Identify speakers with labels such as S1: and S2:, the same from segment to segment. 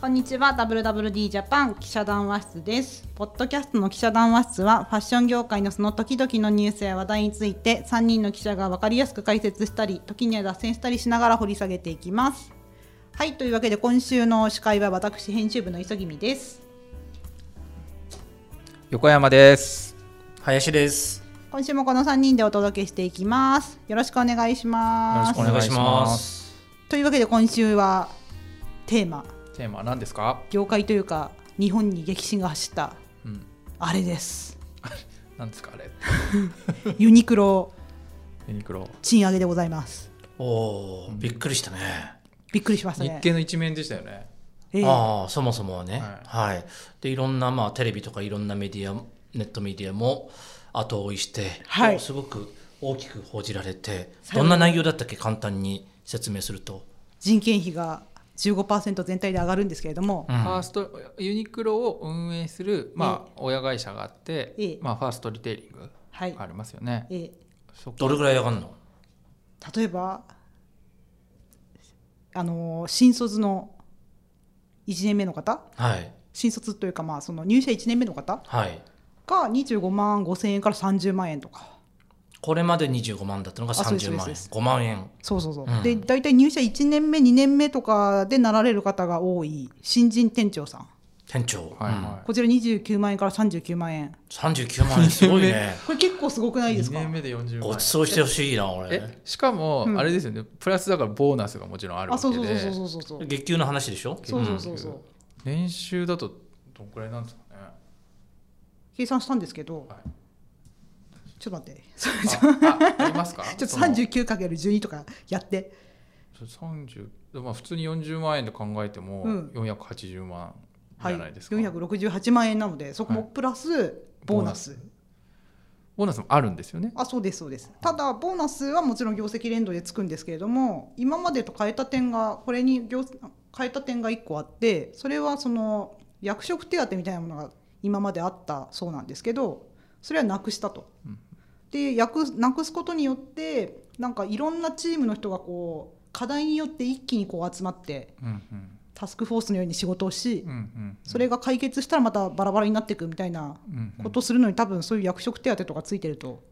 S1: こんにちは WWD ジャパン記者談話室ですポッドキャストの記者談話室はファッション業界のその時々のニュースや話題について3人の記者が分かりやすく解説したり時には脱線したりしながら掘り下げていきますはいというわけで今週の司会は私編集部の磯君です
S2: 横山です。。
S3: 林です。
S1: 今週もこの3人でお届けしていきますよろしくお願いしま
S3: よ
S1: す
S3: ろしくお願いします
S1: というわけで今週はテーマ
S2: テーマは何ですか？
S1: 業界というか日本に激震が走った
S2: うん、
S1: あれです
S2: 何ですか あれ？
S1: ユニクロ
S2: ユニクロ。
S1: 賃上げでございます
S3: おお、びっくりしたね。
S1: びっくりしました
S2: 日
S1: ね
S2: 経の一面でしたよね。
S1: ええ
S3: ああ、そもそもはね、
S2: は
S3: はい。で、いろんなまあテレビとかいろんなメディア、ネットメディアも後追いして、
S1: はい
S3: すごく大きく報じられて、
S1: 最後
S3: どんな内容だったっけ簡単に説明すると。
S1: 人件費が15%全体で上がるんですけれども、
S3: うん
S2: ファーストユニクロを運営するまあ親会社があって、
S1: ええ
S2: まあファーストリテイリング
S1: はい
S2: がありますよね。
S1: え
S2: そこ
S3: どれぐらい上がるの？
S1: 例えばあのー新卒の1年目の方
S3: はい
S1: 新卒というかまあその入社1年目の方
S3: はい。
S1: が25万5千円から30万円とか
S3: これまで25万だったのが
S1: あそうです
S3: 30万
S1: そうで
S3: 円、
S1: す
S3: 5万円。
S1: そうそうそう、
S3: うん
S1: で大体入社1年目2年目とかでなられる方が多い新人店長さん
S3: 店長。
S2: はい
S3: うん
S2: は。
S1: こちら29万円から39万円
S3: 39万円すごいね。
S1: これ結構すごくないいで
S2: 二
S1: すか
S2: 年目で40万
S3: ごち。そうしてほしいな俺。
S2: え、しかも
S1: うん
S2: あれですよね。プラスだからボーナスがもちろんある
S1: あ
S2: わけ
S1: そう
S2: で
S1: そうそうそうそうそう
S3: 月給の話でしょ？
S1: そうそうそうそう、
S2: 年収だとどんくらいなんですか ね。
S1: 計算したんですけど、
S2: はい
S1: ちょっと待ってそれちょ
S2: あああります か？
S1: ちょっと39かける12とかやって
S2: 30まあ普通に40万円で考えても
S1: うん
S2: 480万じ
S1: は
S2: ゃ
S1: い
S2: ないですか、
S1: 468万円なのでそこも
S2: はい
S1: プラスボーナス、
S2: ボーナスもあるんですよね
S1: あそうですそうですただボーナスはもちろん業績連動でつくんですけれども今までと変えた点がこれに業変えた点が1個あってそれはその役職手当みたいなものが今まであったそうなんですけどそれはなくしたと。
S2: うん
S1: で役なくすことによってなんかいろんなチームの人がこう課題によって一気にこう集まって
S2: うんうん
S1: タスクフォースのように仕事をし、
S2: うんうん
S1: それが解決したらまたバラバラになっていくみたいな
S2: うんうん
S1: ことするのに多分そういう役職手当とかついてると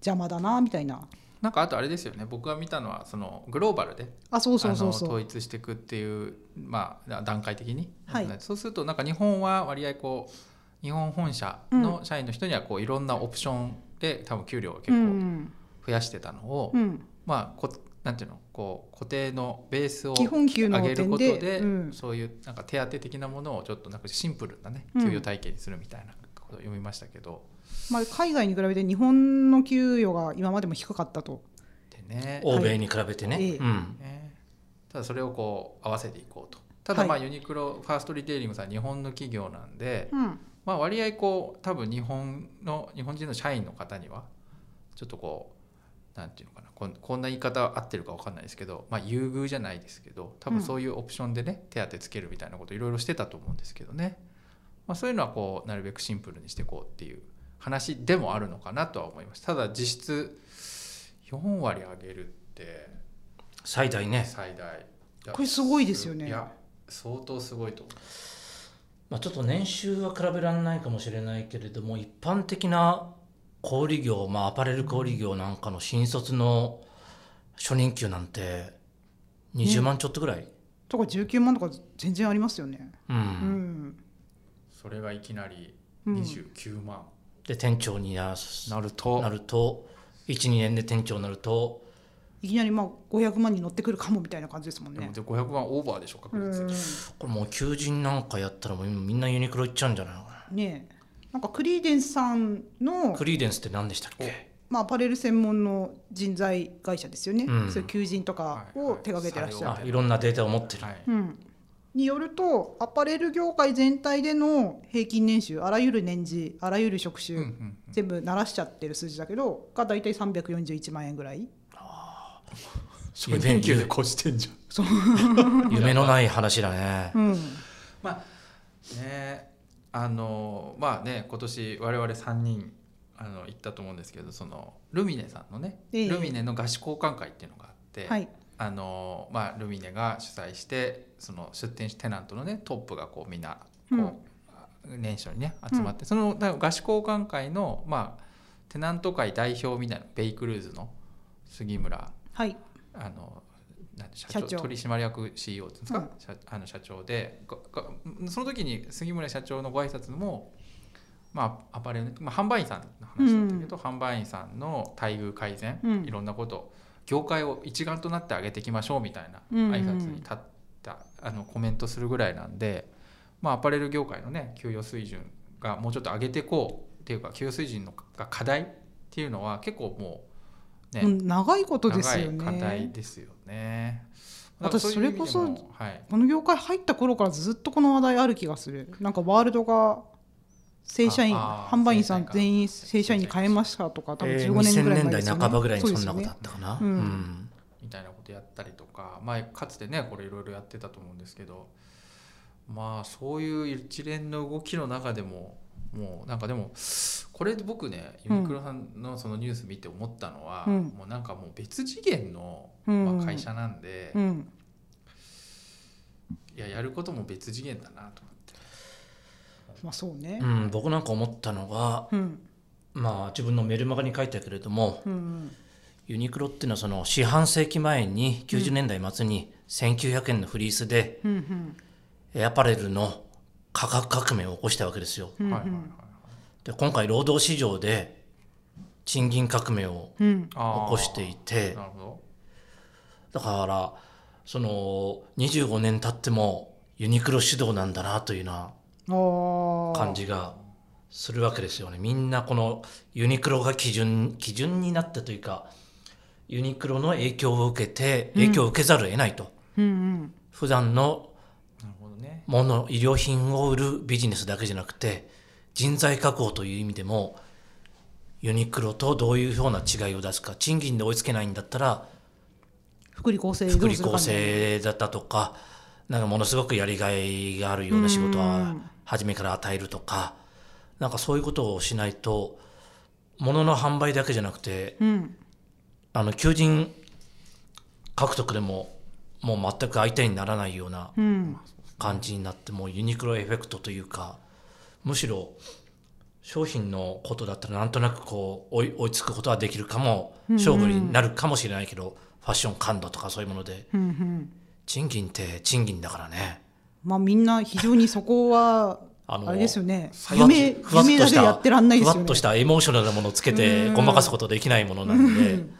S1: 邪魔だなみたいな
S2: なんかあとあれですよね僕が見たのはそのグローバルで
S1: あそうそうそう
S2: あの
S1: そう
S2: 統一していくっていう、まあ、段階的に、
S1: はい
S2: そうするとなんか日本は割合こう日本本社の社員の人にはこういろんなオプションで多分給料を結
S1: う
S2: 構
S1: ん
S2: 増やしてたのを、
S1: うん
S2: まあこなんていうのこう固定のベースを
S1: 基本給の
S2: 上げること
S1: 点で
S2: で
S1: うん
S2: そういうなんか手当的なものをちょっとなんかシンプルなね
S1: うん
S2: 給与体系にするみたいなことを読みましたけど、
S1: まあ、海外に比べて日本の給与が今までも低かったと、
S2: でね
S3: 欧米に比べてね、
S1: はい
S3: うん、
S2: ねただそれをこう合わせていこうとただまあユニクロファーストリテイリングさん日本の企業なんで、
S1: うん、
S2: まあ、割合こう多分日本の日本人の社員の方にはちょっとこうなんていうのかなこんこんな言い方合ってるか分かんないですけど、まあ、優遇じゃないですけど多
S1: う
S2: 分
S1: ん
S2: そういうオプションでね、手当つけるみたいなこといろいろしてたと思うんですけどね、まあ、そういうのはこうなるべくシンプルにしていこうっていう話でもあるのかなとは思いますただ実質4割上げるって
S3: 最大ね、
S2: 最大
S1: これすごいですよね
S2: いや相当すごいと思う
S3: まあ、ちょっと年収は比べられないかもしれないけれども一般的な小売業、まあ、アパレル小売業なんかの新卒の初任給なんて20万ちょっとぐらい、
S1: とか19万とか全然ありますよね
S3: うん
S1: うん、
S2: それがいきなり
S1: うん
S2: 29万
S3: で店長になす
S2: なると、
S3: なると12年で店長になると
S1: いきなりまあ500万に乗ってくるかもみたいな感じですもん
S2: でも
S1: ね
S2: じゃあ500万オーバーでしょ確
S1: う
S2: 実
S1: ん
S2: に。
S3: これもう求人なんかやったらもう今みんなユニクロ行っちゃうんじゃないのか
S1: ねえなんかクリーデンスさんの
S3: なクリーデンスって何でしたっけ
S1: まあ、アパレル専門の人材会社ですよね、
S3: うん
S1: そういう求人とかを手掛けてらっしゃる、
S2: お
S3: あいろんなデータを持ってる、
S2: はい
S1: うん、によるとアパレル業界全体での平均年収あらゆる年次あらゆる職種、
S2: うんうんうん
S1: 全部鳴らしちゃってる数字だけどが大体341万円ぐらい
S2: 初任給で越してんじゃん。
S3: 夢のない話だね、
S1: うん
S2: まあねあのまあね今年我々3人あの行ったと思うんですけどそのルミネさんのね、
S1: ええ
S2: ルミネの合宿交換会っていうのがあって、
S1: はい
S2: あのまあ、ルミネが主催してその出店テナントの、ね、トップがこうみんなこう、年初にね集まって、そのだ合宿交換会の、まあ、テナント会代表みたいなベイクルーズの杉村
S1: はい
S2: あのなんで社長
S1: 社長
S2: 取締役 CEO っていうんですか、
S1: うん
S2: 社あの社長でががその時に杉村社長のご挨拶も、まあ、アパレル、まあ、販売員さんの話だったけど、販売員さんの待遇改善、
S1: うん
S2: いろんなこと業界を一丸となって上げていきましょうみたいな
S1: うんうん
S2: 挨拶に立った、あのコメントするぐらいなんで、まあ、アパレル業界のね給与水準がもうちょっと上げていこうっていうか給与水準のが課題っていうのは結構もうね、
S1: うん長いことですよ
S2: 長い課題
S1: ね
S2: ですよね。
S1: だから私それこそ
S2: だからういう意味でもはい、
S1: この業界入った頃からずっとこの話題ある気がするなんかワールドが正社員
S2: ああ
S1: 販売員さん
S2: 正社員か
S1: 全員正社員に変えましたとか多分
S3: え
S1: 15
S3: ー
S1: 年ぐらい
S3: 2000
S1: 前
S3: 年代
S1: ですよね
S3: 半ばぐらいに
S1: そう
S3: そ
S1: で
S3: ん
S1: す
S3: な
S1: よ
S3: ことあ
S1: ね
S3: ったかな。
S1: うん
S3: うん
S2: みたいなことやったりとか、まあ、かつてねこれいろいろやってたと思うんですけどまあそういう一連の動きの中でももうなんかでもこれ僕ねユ
S1: うん
S2: ニクロさんのそのニュース見て思ったのは、
S1: うん
S2: もうなんかもう別次元の、
S1: うん
S2: まあ、会社なんで、
S1: うん
S2: いややることも別次元だなと思って。
S1: まあそうね
S3: うん、僕なんか思ったのが、
S1: うん
S3: まあ、自分のメルマガに書いたけれども
S1: うんうん
S3: ユニクロっていうのはその四半世紀前に90年代末に1900円のフリースで
S1: うんうん
S3: エアパレルの価格革命を起こしたわけですよ。
S1: うん
S2: はいはいはい
S3: で今回労働市場で賃金革命を
S1: うん
S2: あー
S3: 起こしていて
S2: なるほど
S3: だからその25年経ってもユニクロ主導なんだなというような
S1: ああ
S3: 感じがするわけですよねみんなこのユニクロが基準基準になってというかユニクロの影響を受けて影響を受けざるを得ないと、
S1: うん
S3: 普段の
S2: なるほどね。
S3: もの医療品を売るビジネスだけじゃなくて人材確保という意味でもユニクロとどういうような違いを出すか賃金で追いつけないんだったら
S1: うん福利厚生ど
S3: 福
S1: う
S3: 利
S1: するか
S3: 厚
S1: みたいな
S3: 生だったとかなんかものすごくやりがいがあるような仕事は初めから与えるとかなんかそういうことをしないと物の販売だけじゃなくて
S1: うん
S3: あの求人獲得でももう全く相手にならないような
S1: うん
S3: 感じになってもうユニクロエフェクトというかむしろ商品のことだったらなんとなくこう追い追いつくことはできるかも勝負になるかもしれないけどファッション感度とかそういうもので
S1: うんうん
S3: 賃金って賃金だからね
S1: まあみんな非常にそこは
S3: あの
S1: あれですよね
S3: ふわっ
S1: 夢
S3: ふわっ
S1: 夢
S3: と
S1: だ
S3: し
S1: け
S3: た
S1: やってらんないです
S3: ふ
S1: よ
S3: わっ
S1: ね
S3: としたエモーショナルなものをつけて
S1: うん
S3: ごまかすことできないものなんで
S1: うん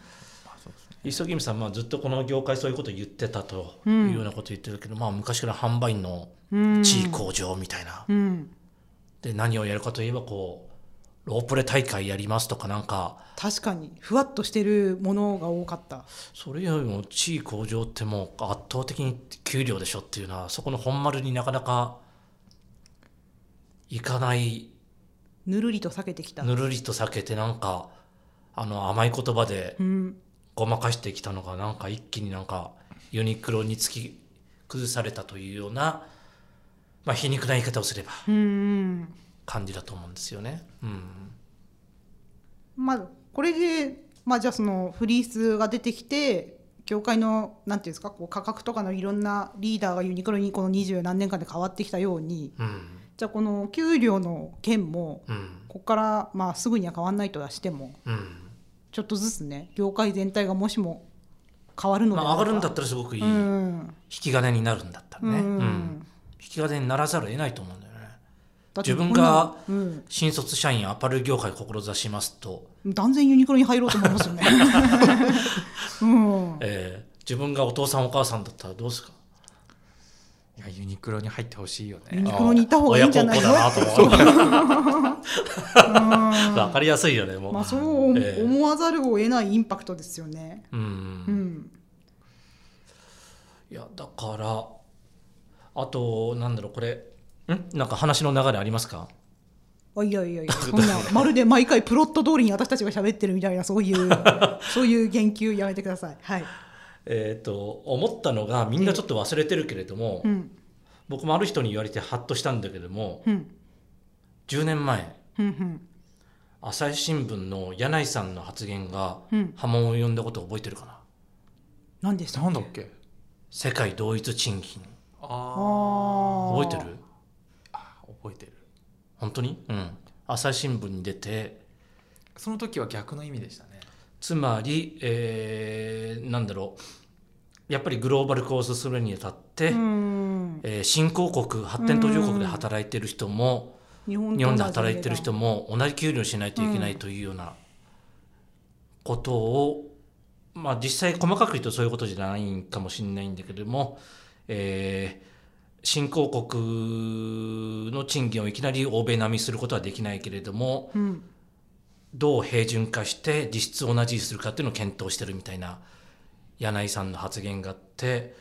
S2: あそうですね
S3: 磯君さんまあずっとこの業界そういうこと言ってたというようなこと言ってるけど、まあ昔から販売員の
S1: うん
S3: 地位向上みたいな、
S1: うん
S3: で何をやるかといえばこうロープレ大会やりますとかなんか
S1: 確かにふわっとしてるものが多かった
S3: それよりも地位向上ってもう圧倒的に給料でしょっていうのはそこの本丸になかなかいかない
S1: ぬるりと避けてきた
S3: ぬるりと避けてなんかあの甘い言葉で
S1: うん
S3: ごまかしてきたのがなんか一気になんかユニクロに突き崩されたというような、まあ、皮肉な言い方をすれば
S1: うんうん
S3: 感じだと思うんですよね。うん、
S1: まあこれでまあじゃあそのフリースが出てきて業界のなんていうんですかこう価格とかのいろんなリーダーがユニクロにこの二十何年間で変わってきたように
S3: うん、
S1: じゃあこの給料の件も
S3: うん、
S1: ここからまあすぐには変わんないとはしても
S3: うん。
S1: ちょっとずつね業界全体がもしも変わるの
S3: ま
S1: で
S3: あ上がるんだ
S1: っ
S3: ったらすごくいい、
S1: う
S3: 引
S1: ん
S3: き金になるんだったらね、
S1: う
S3: うん
S1: ん
S3: 引き金にならざるを得ないと思うんだよね。
S1: だって
S3: 自分が
S1: こんなのうん
S3: 新卒社員アパレル業界志しますと、
S1: 断然ユニクロに入ろうと思いますよ ね。うん、
S3: えー自分がお父さんお母さんだったらどうですか
S2: いやユニクロに入ってほしいよ
S1: ユ
S2: ね。
S1: ニクロに行った方がいいんじゃないの
S3: あー親孝行だなと思
S1: うん
S3: うわかりやすいよねもう、
S1: まあそう思
S3: ええ
S1: 思わざるを得ないインパクトですよね。
S3: うん
S1: うん、
S3: いやだからあとなんだろうこれんなんか話の流れありますか
S1: あいやいや いやそんなまるで毎回プロット通りに私たちが喋ってるみたいなそういう そういう言及やめてください。はい。
S3: えっ、と思ったのがみんなちょっと忘れてるけれども、
S1: うん
S3: 僕もある人に言われてハッとしたんだけども
S1: うん
S3: 10年前
S1: うん
S3: 朝日新聞の柳井さんの発言が
S1: うん
S3: 波紋を呼んだことを覚えてるかな、
S1: うん。何でした
S2: なんだっけ
S3: 世界同一賃金
S2: あ
S1: あ
S3: 覚
S1: あ
S3: えてる
S2: あ覚えてる
S3: 本当にうん朝日新聞に出て
S2: その時は逆の意味でしたね
S3: つまり、えーなんだろうやっぱりグローバル化を進めるにあたって、
S1: うん
S3: えー新興国発展途上国で働いてる人も、
S1: 日本
S3: 日本で働いてる人も同じ給料をしないといけないというようなことを、まあ実際細かく言うとそういうことじゃないんかもしれないんだけども、えー新興国の賃金をいきなり欧米並みにすることはできないけれども、
S1: うん
S3: どう平準化して実質同じにするかっていうのを検討してるみたいな柳井さんの発言があって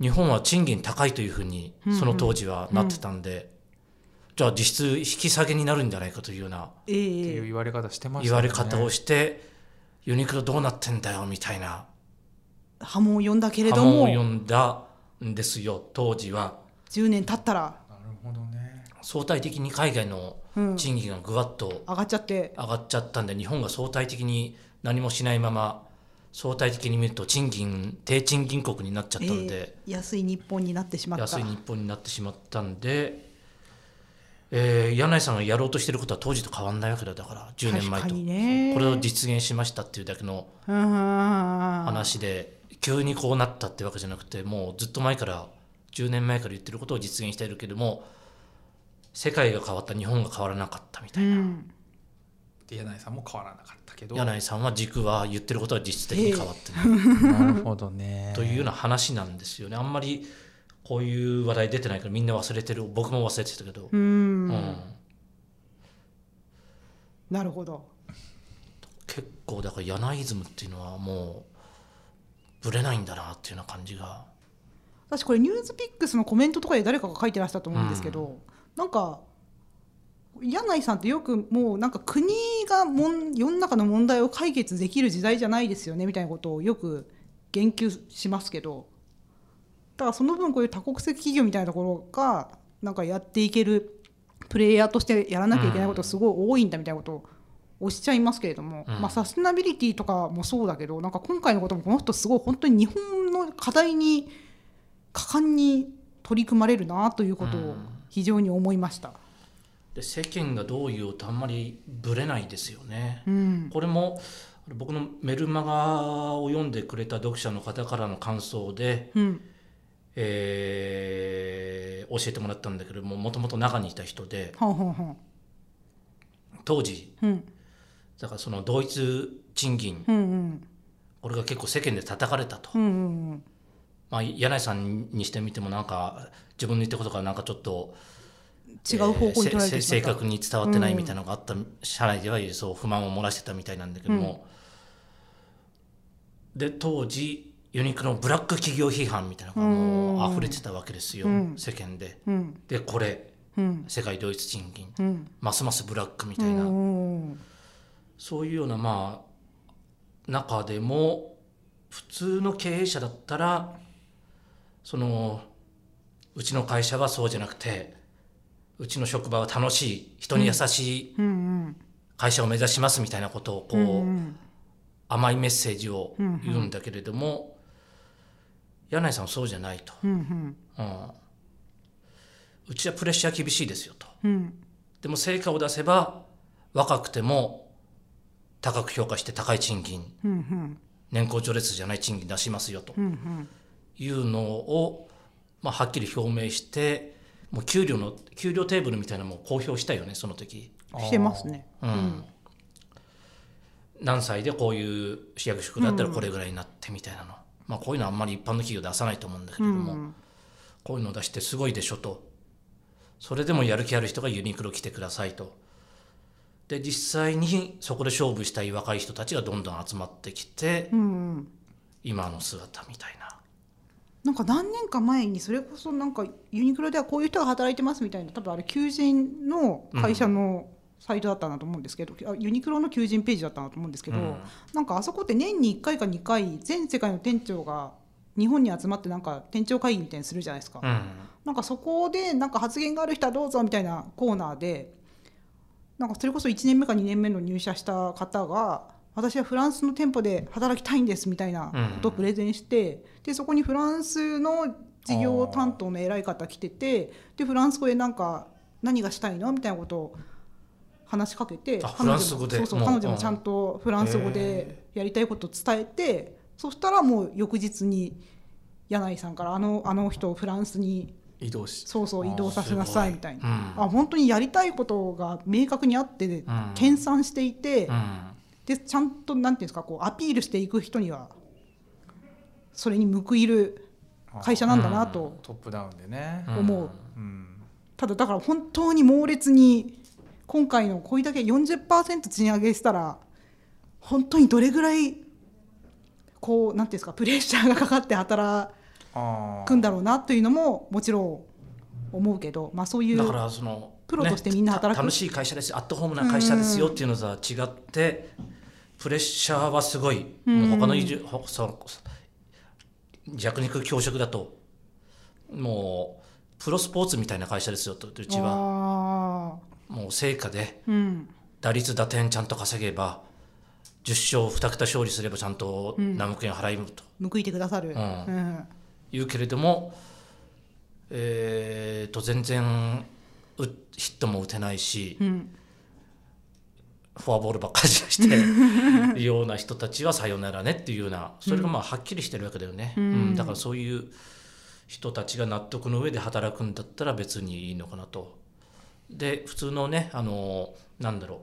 S3: 日本は賃金高いというふうに
S1: うんうん
S3: その当時はなってたんで、じゃあ実質引き下げになるんじゃないかというような
S1: え
S2: って
S1: え
S2: いう言われ方してまし
S3: 言
S2: た
S3: わ
S2: ね
S3: れ方をして、ユニクロどうなってんだよみたいな
S1: 波紋を呼んだけれ
S3: 波
S1: ど
S3: 紋
S1: も
S3: を読んだんですよ当時は。
S1: 10年経ったら、
S2: なるほどね
S3: 相対的に海外の
S1: うん、上
S3: 賃金がぐわっと
S1: がっちゃって
S3: 上がっちゃったんで日本が相対的に何もしないまま相対的に見ると賃金低賃金国になっちゃったんで、
S1: ええ安い日本になってしまった
S3: 安い日本になってしまったんで、えー柳井さんがやろうとしてることは当時と変わんないわけだだから10年前
S1: 確
S3: と、
S1: かにね
S3: これを実現しましたっていうだけの
S1: 話
S3: 話で、急にこうなったってわけじゃなくてもうずっと前から10年前から言ってることを実現しているけども世界が変わった日本が変わらなかったみたいな。
S1: うん
S2: で柳井さんも変わらなかったけどな
S3: 柳井さんは軸は言ってることは実質的に変わってない
S2: るほどね
S3: というような話なんですよね。あんまりこういう話題出てないからみんな忘れてる僕も忘れてたけど、
S1: うん
S3: うん
S1: なるほど
S3: 結構だから柳イズムっていうのはもうぶれないんだなっていうような感じが
S1: 私これニュースピックスのコメントとかで誰かが書いてらっしゃったと思うんですけど、なんか柳井さんってよくもうなんか国がもん世の中の問題を解決できる時代じゃないですよねみたいなことをよく言及しますけどだからその分こういう多国籍企業みたいなところがなんかやっていけるプレイヤーとしてやらなきゃいけないことすごい多いんだみたいなことをおっしゃいますけれども、
S3: うん
S1: まあ、サステナビリティとかもそうだけどなんか今回のこともこの人すごい本当に日本の課題に果敢に取り組まれるなということ
S3: う
S1: を
S3: ん
S1: 非常に思いました。
S3: で世間がどう言おうとあんまりぶれないですよね。
S1: うん
S3: これも僕のメルマガを読んでくれた読者の方からの感想で、
S1: うん
S3: えー教えてもらったんだけどももともと中にいた人で
S1: はんはんはん
S3: 当時
S1: うん
S3: だからその同一賃金
S1: うんうん
S3: これが結構世間で叩かれたと、
S1: うんうん
S3: まあ、柳井さんにしてみてもなんか自分の言ったことがなんかちょっと
S1: 違う方向に取られ
S3: えーせ
S1: て
S3: せ
S1: しま
S3: 正
S1: った、
S3: 確に伝わってないみたいなのがあった、社内ではそう不満を漏らしてたみたいなんだけども、で当時ユニクロのブラック企業批判みたいなのがもう溢れてたわけですよ、
S1: うん
S3: 世間で。
S1: うん
S3: でこれ
S1: うん
S3: 世界同一賃金
S1: うん
S3: ますますブラックみ
S1: う
S3: たいな、
S1: ん
S3: そういうようなまあ中でも普通の経営者だったらそのうちの会社はそうじゃなくてうちの職場は楽しい人に優しい
S1: うんうん
S3: 会社を目指しますみたいなことをこう、
S1: うん
S3: 甘いメッセージを
S1: うんうん
S3: 言うんだけれども、柳井さんはそうじゃないと、
S1: うんうん
S3: うんうちはプレッシャー厳しいですよと
S1: うん
S3: でも成果を出せば若くても高く評価して高い賃金
S1: うんうん
S3: 年功序列じゃない賃金出しますよと
S1: うんうん
S3: いうのを、まあ、はっきり表明してもう給料の給料テーブルみたいなのも公表したよねその時、
S1: してますね
S3: うん何歳でこういう市役職だったらこれぐらいになってみたいなの、まあ、こういうのはあんまり一般の企業出さないと思うんだけれども、
S1: うん
S3: こういうの出してすごいでしょとそれでもやる気ある人がユニクロ来てくださいとで実際にそこで勝負したい若い人たちがどんどん集まってきて、
S1: うんうん
S3: 今の姿みたいな。
S1: なんか何年か前にそれこそなんかユニクロではこういう人が働いてますみたいな多分あれ求人の会社のサイトだったなと思うんですけど、あユニクロの求人ページだったなと思うんですけど、
S3: うん
S1: なんかあそこって年に1回か2回全世界の店長が日本に集まってなんか店長会議みたいにするじゃないですか、
S3: うん
S1: なんかそこでなんか発言がある人はどうぞみたいなコーナーでなんかそれこそ1年目か2年目の入社した方がフ私はフランスの店舗で働きたいんですみたいなことをプレゼンして、でそこにフランスの事業担当の偉い方来ててでフランス語でなんか何がしたいのみたいなことを話しかけて
S3: あ
S1: 彼女も
S3: フランス語で
S1: そうそう
S3: もう
S1: 彼女もちゃんとフランス語でやりたいことを伝えてそしたらもう翌日に柳井さんからあのあの人をフランスに
S2: 移動し
S1: そうそう
S3: あー
S1: 移動させなさい
S3: すごい
S1: みたいな、
S3: うん
S1: あ本当にやりたいことが明確にあって、
S3: ん
S1: 研鑽していて、
S3: うん
S1: でちゃんとなんていうんですかこうアピールしていく人にはそれに報いる会社なんだなと
S2: トップダウンでね、
S1: 思う、
S2: う
S3: うん
S2: ん
S1: ただだから本当に猛烈に今回のこれだけ40%賃上げしたら本当にどれぐらいこうなんていうんですかプレッシャーがかかって働
S2: あー
S1: くんだろうなというのももちろん思うけど、まあ、そういう
S3: だからその
S1: プロとしてみんな働く
S3: ねた楽しい会社ですアットホームな会社ですよっていうのとは違ってプレッシャーはすごい、もう他の移住ほそう弱肉強食だともうプロスポーツみたいな会社ですよとうちは
S1: あ
S3: もう成果で
S1: ーうん
S3: 打率打点ちゃんと稼げば10勝2桁勝利すればちゃんと何億円払えると
S1: 報いてくださる、
S3: うん
S1: うん
S3: 言うけれども、えー、と全然うヒットも打てないし、
S1: うん
S3: フォアボールばっかりしてような人たちはさよならねっていうようなそれがまあはっきりしてるわけだよね、
S1: うん
S3: うんだからそういう人たちが納得の上で働くんだったら別にいいのかなと。で普通のねあのなんだろ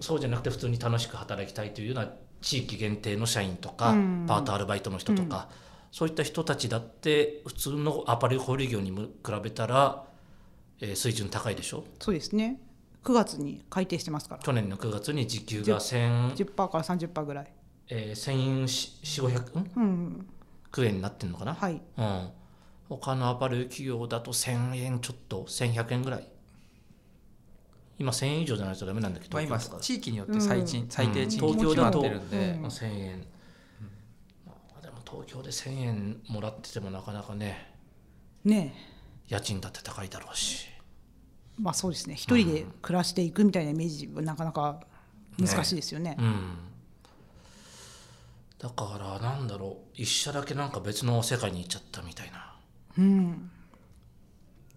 S3: うそうじゃなくて普通に楽しく働きたいというような地域限定の社員とか、
S1: うん
S3: パートアルバイトの人とか、そういった人たちだって普通のアパレル小売業にも比べたら、えー水準高いでしょ
S1: そうですね9月に改定してますから
S3: 去年の9月に時給が1000
S1: 10%から30%ぐらい
S3: えー、1400
S1: うん
S3: 円になってるのかな、
S1: はい
S3: うん、他のアパレル企業だと1000円ちょっと1100円ぐらい今1000円以上じゃないとダメなんだけど、
S2: まあ、今
S3: 東京とか
S2: 地域によって最賃、最低賃金
S1: 東京だと
S2: 決まってるんで、
S1: うん
S3: 1000円、まあ、でも東京で1000円もらっててもなかなかね
S1: ねえ
S3: 家賃だって高いだろうし
S1: まあそうですね一人で暮らしていくみたいなイメージはなかなか難しいですよね
S3: うんだからなんだろう一社だけなんか別の世界に行っちゃったみたいな
S1: うん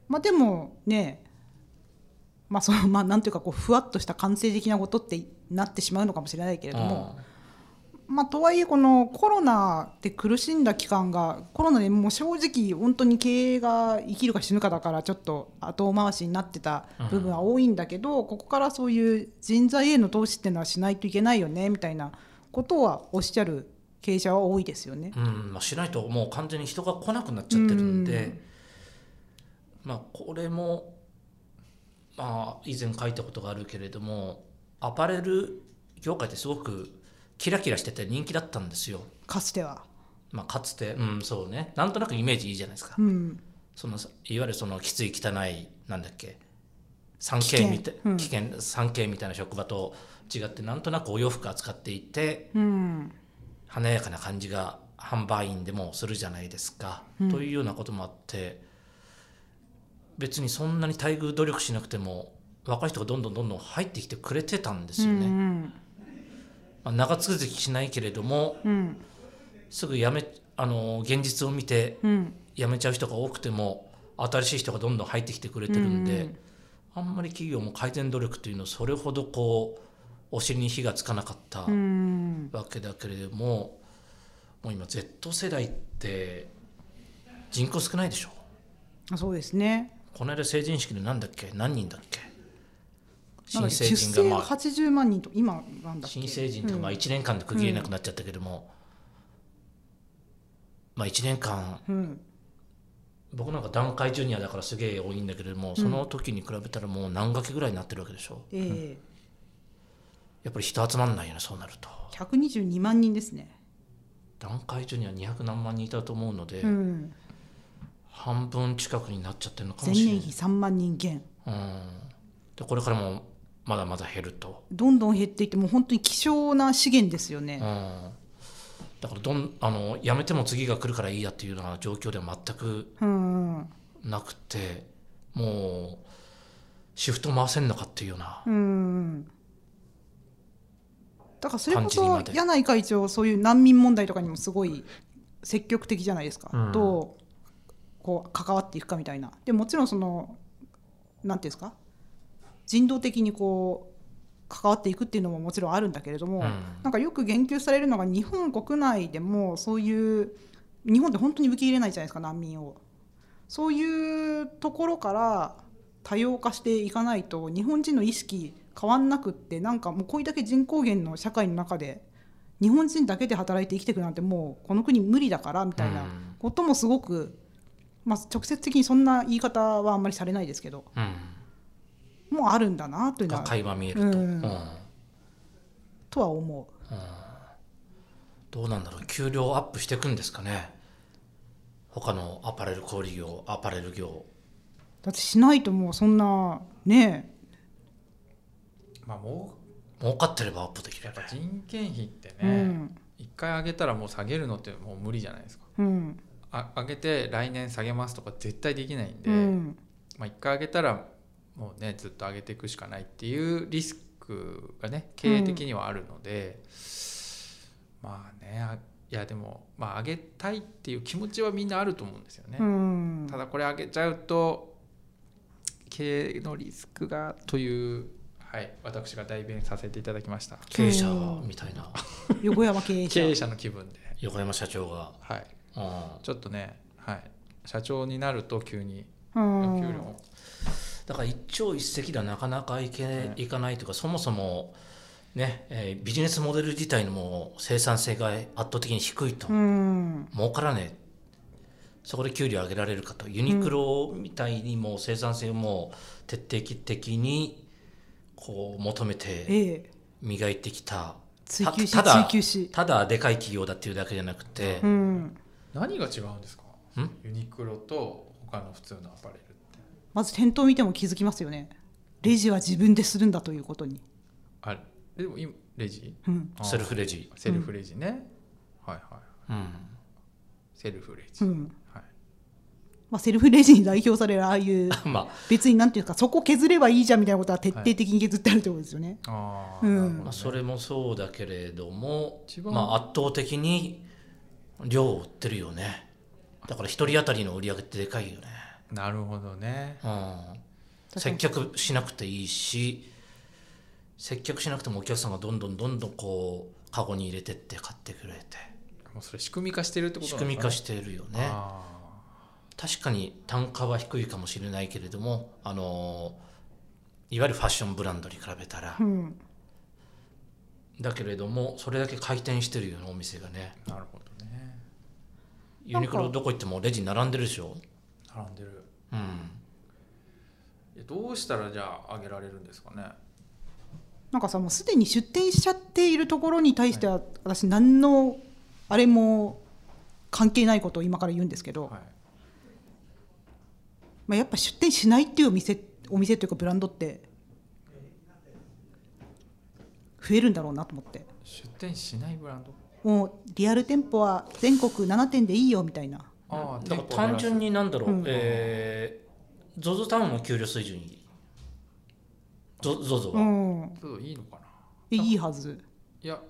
S1: まあでもねまあそのまあなんていうかこうふわっとした感性的なことってなってしまうのかもしれないけれども、まあ、とはいえこのコロナで苦しんだ期間がコロナでもう正直本当に経営が生きるか死ぬかだからちょっと後回しになってた部分は多いんだけど、ここからそういう人材への投資っていうのはしないといけないよねみたいなことはおっしゃる経営者は多いですよね。
S3: うんまあ、しないともう完全に人が来なくなっちゃってるんで、まあこれも、まあ、以前書いたことがあるけれどもアパレル業界ってすごくキラキラしてて人気だったんですよ、
S1: かつては、
S3: まあ、かつて、うん、そうねなんとなくイメージいいじゃないですか、
S1: うん、
S3: そのいわゆるそのきつい汚いなんだっけ
S1: 危険
S3: 3K みたい
S1: うん
S3: 危険 3K みたいな職場と違ってなんとなくお洋服扱っていて
S1: うん、
S3: 華やかな感じが販売員でもするじゃないですか、というようなこともあって別にそんなに待遇努力しなくても若い人がどんどんどんどん入ってきてくれてたんですよね、
S1: うん、
S3: まあ、長続きしないけれども
S1: うん、
S3: すぐ辞めあの現実を見て
S1: うん、
S3: 辞めちゃう人が多くても新しい人がどんどん入ってきてくれてるんで、
S1: うんうん
S3: あんまり企業も改善努力というのはそれほどこうお尻に火がつかなかった
S1: うん、
S3: わけだけれどももう今 Z 世代って人口少ないでしょ
S1: そうですね。
S3: この間成人式で何だっけ何人だっけ
S1: なんだ
S3: 新
S1: っけ出
S3: 成人
S1: 生
S3: がまあ
S1: 80万人と今なんだっけ
S3: 新成人とかまあ1年間で区切れなくなっちゃったけども、まあ1年間
S1: うん、
S3: 僕なんか段階ジュニアだからすげえ多いんだけれどもその時に比べたらもう何掛けぐらいになってるわけでしょ
S1: ええ
S3: やっぱり人集まんないよねそうなると
S1: 122万人ですね。
S3: 段階ジュニア200何万人いたと思うので、
S1: うん。
S3: 半分近くになっちゃってるのか
S1: 前
S3: もしれない
S1: 年比3万人減
S3: うんでこれからもまだまだ減ると、
S1: どんどん減っていってもう本当に希少な資源ですよ
S3: う
S1: ね
S3: ん、、だからどんあのやめても次が来るからいいやっていうような状況では全く
S1: うんうん
S3: なくてもうシフト回せんのかっていうような
S1: うん、だからそれこ
S3: 感じにま
S1: そ
S3: で
S1: 柳井会長そういう難民問題とかにもすごい積極的じゃないですか、
S4: うん
S1: どうこう関わっていくかみたいなでもちろんそのなんていうんですか人道的にこう関わっていくっていうのももちろんあるんだけれども、
S3: うん
S1: なんかよく言及されるのが日本国内でもそういう日本って本当に受け入れないじゃないですか難民を。そういうところから多様化していかないと日本人の意識変わんなくってなんかもうこれだけ人口減の社会の中で日本人だけで働いて生きていくなんてもうこの国無理だからみたいなこともすごく、まあ、直接的にそんな言い方はあんまりされないですけど
S3: うん
S1: もうあるんだなというの
S3: が
S1: は
S3: 垣間見えると、
S1: う
S3: うんん
S1: とは思う。
S3: どうなんだろう給料アップしていくんですかね他のアパレル小売業アパレル業
S1: だってしないともうそんなねえ
S2: まあも
S3: 儲かってればアップでき
S2: う
S3: る
S2: や
S3: よ
S2: っ
S3: ね
S2: ぱ人件費って
S1: う
S2: ね
S1: ん
S2: 一、回上げたらもう下げるのってもう無理じゃないですか
S1: うん
S2: あ上げて来年下げますとか絶対できないんで、
S1: うん
S2: まあ、1回上げたらもうねずっと上げていくしかないっていうリスクがね経営的にはあるので、まあねあいやでも、まあ、上げたいっていう気持ちはみんなあると思うんですよね。
S1: うん
S2: ただこれ上げちゃうと経営のリスクがという、はい、私が代弁させていただきました
S3: 経営者みたいな
S1: 横山経営者
S2: 経営者の気分で、
S3: 横山社長が、
S2: はい、
S3: うん、
S2: ちょっとね、はい、社長になると急に
S1: う
S2: 給料
S1: ん
S2: も
S3: だから一朝一夕ではなかなかいけ、
S2: ね
S3: いかないというかそもそも、ねえービジネスモデル自体のもう生産性が圧倒的に低いと、
S1: うん
S3: 儲からねえそこで給料上げられるかとユニクロみたいにもう生産性をもう徹底的にこう求めて
S1: ええ
S3: 磨いてきた
S1: 追求した
S3: ただ
S1: 追求した
S3: だでかい企業だっていうだけじゃなくて、
S1: うん
S2: 何が違うんですか
S3: ん
S2: ユニクロと他の普通のアパレルって
S1: まず店頭見ても気づきますよねレジは自分でするんだということに、
S2: あでも今レジ
S1: うん
S2: あ
S3: セルフレジ、
S2: セルフレジね、はいはい
S3: うん、
S2: セルフレジ、
S1: うん
S2: はい、
S1: まあ、セルフレジに代表されるああいう
S3: ま
S1: 別になんていうかそ こ削ればいいじゃんみたいなことは徹底的に削ってあるってことですよね、
S2: ああ、
S1: うん
S2: なるほど
S3: あ、
S2: ね
S3: まあ、それもそうだけれども
S2: 一、番
S3: まあ、圧倒的に量を売ってるよねだから一人当たりの売り上げってでかいよね、
S2: なるほどね
S3: うん、
S1: 確か
S3: 接
S1: に
S3: 客しなくていいし接客しなくてもお客さんがどんどんどんどんこうカゴに入れてって買ってくれて
S2: もうそれ仕組み化してるってこと
S3: 仕
S2: なの
S3: 組み化しててるよ
S2: ね
S3: ね確かに単価は低いかもしれないけれどもあのいわゆるファッションブランドに比べた ら
S1: うん、
S3: だけれどもそれだけ回転してるよねお店がね
S2: なるほどね
S3: ユニク
S1: な
S3: ロ
S1: んか
S3: どこ行ってもレジ並んでるでしょ
S2: 並んでる
S3: うん
S2: いやどうしたらじゃあ上げられるんですかね
S1: なんかさもうすでに出店しちゃっているところに対しては私何のあれも関係ないことを今から言うんですけど、
S2: はい
S1: まあ、やっぱ出店しないっていうお店お店というかブランドって増えるんだろうなと思って
S2: 出店しないブランド
S1: もうリアル店舗は全国7店でいいよみたいな
S2: ああ
S3: だから単純になんだろう、
S1: うん
S3: えー、ZOZO タウンの給料水準に ZOZO
S1: う
S3: は
S1: ん
S2: ちょっといいのかない
S1: いはず
S2: いや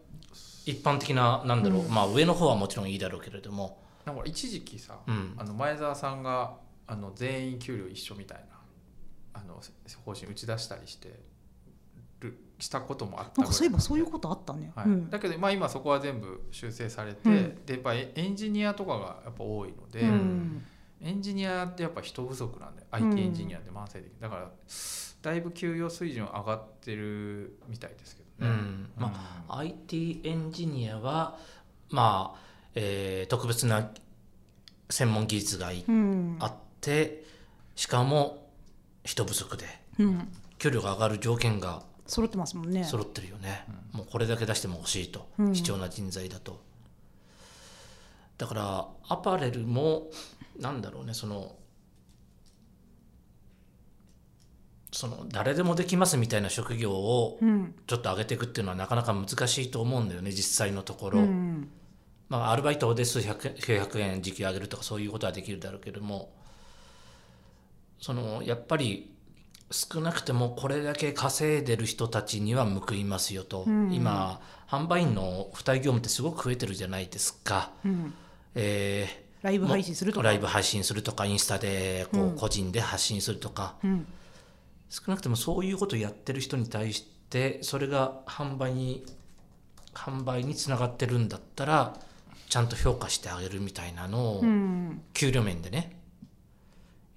S3: 一般的ななんだろう、まあ上の方はもちろんいいだろうけれども、
S2: なんか一時期さ、
S3: うん
S2: あの前澤さんがあの全員給料一緒みたいなあの方針打ち出したりしてるしたこともあった
S1: なんかそういえばそういう
S2: こ
S1: ことあったね、
S2: はい
S1: うん
S2: だけど、まあ、今そこは全部修正されて、
S1: うん
S2: でやっぱエンジニアとかがやっぱ多いので、
S1: うん
S2: エンジニアってやっぱ人不足なんで
S1: ん
S2: IT エンジニアって慢性的だからだいぶ給与水準上がってるみたいですけ
S3: う
S2: ど
S3: ん
S2: ね。
S3: まあ、IT エンジニアはまあ、えー特別な専門技術がい
S1: うん
S3: あってしかも人不足で
S1: うん
S3: 給料が上がる条件が
S1: 揃ってますもんね
S3: 揃ってるよね、もうこれだけ出しても欲しいと、
S1: うん
S3: 貴重な人材だとだからアパレルもなんだろうねそのその誰でもできますみたいな職業を
S1: うん
S3: ちょっと上げていくっていうのはなかなか難しいと思うんだよね実際のとこ
S1: う
S3: ろ、
S1: ん
S3: まあ、アルバイトで数百円900円時給上げるとかそういうことはできるだろうけどもそのやっぱり少なくてもこれだけ稼いでる人たちには報いますよと、
S1: うん
S3: 今販売員の付帯業務ってすごく増えてるじゃないですか、
S1: うん、
S3: え
S1: ライ
S3: ー
S1: ブ配信するとか、
S3: ライブ配信するとかインスタでこ
S1: うん
S3: う個人で発信するとか、
S1: うん、
S3: 少なくてもそういうことをやってる人に対してそれが販売に販売につながってるんだったらちゃんと評価してあげるみたいなのを、
S1: うん、
S3: 給料面でね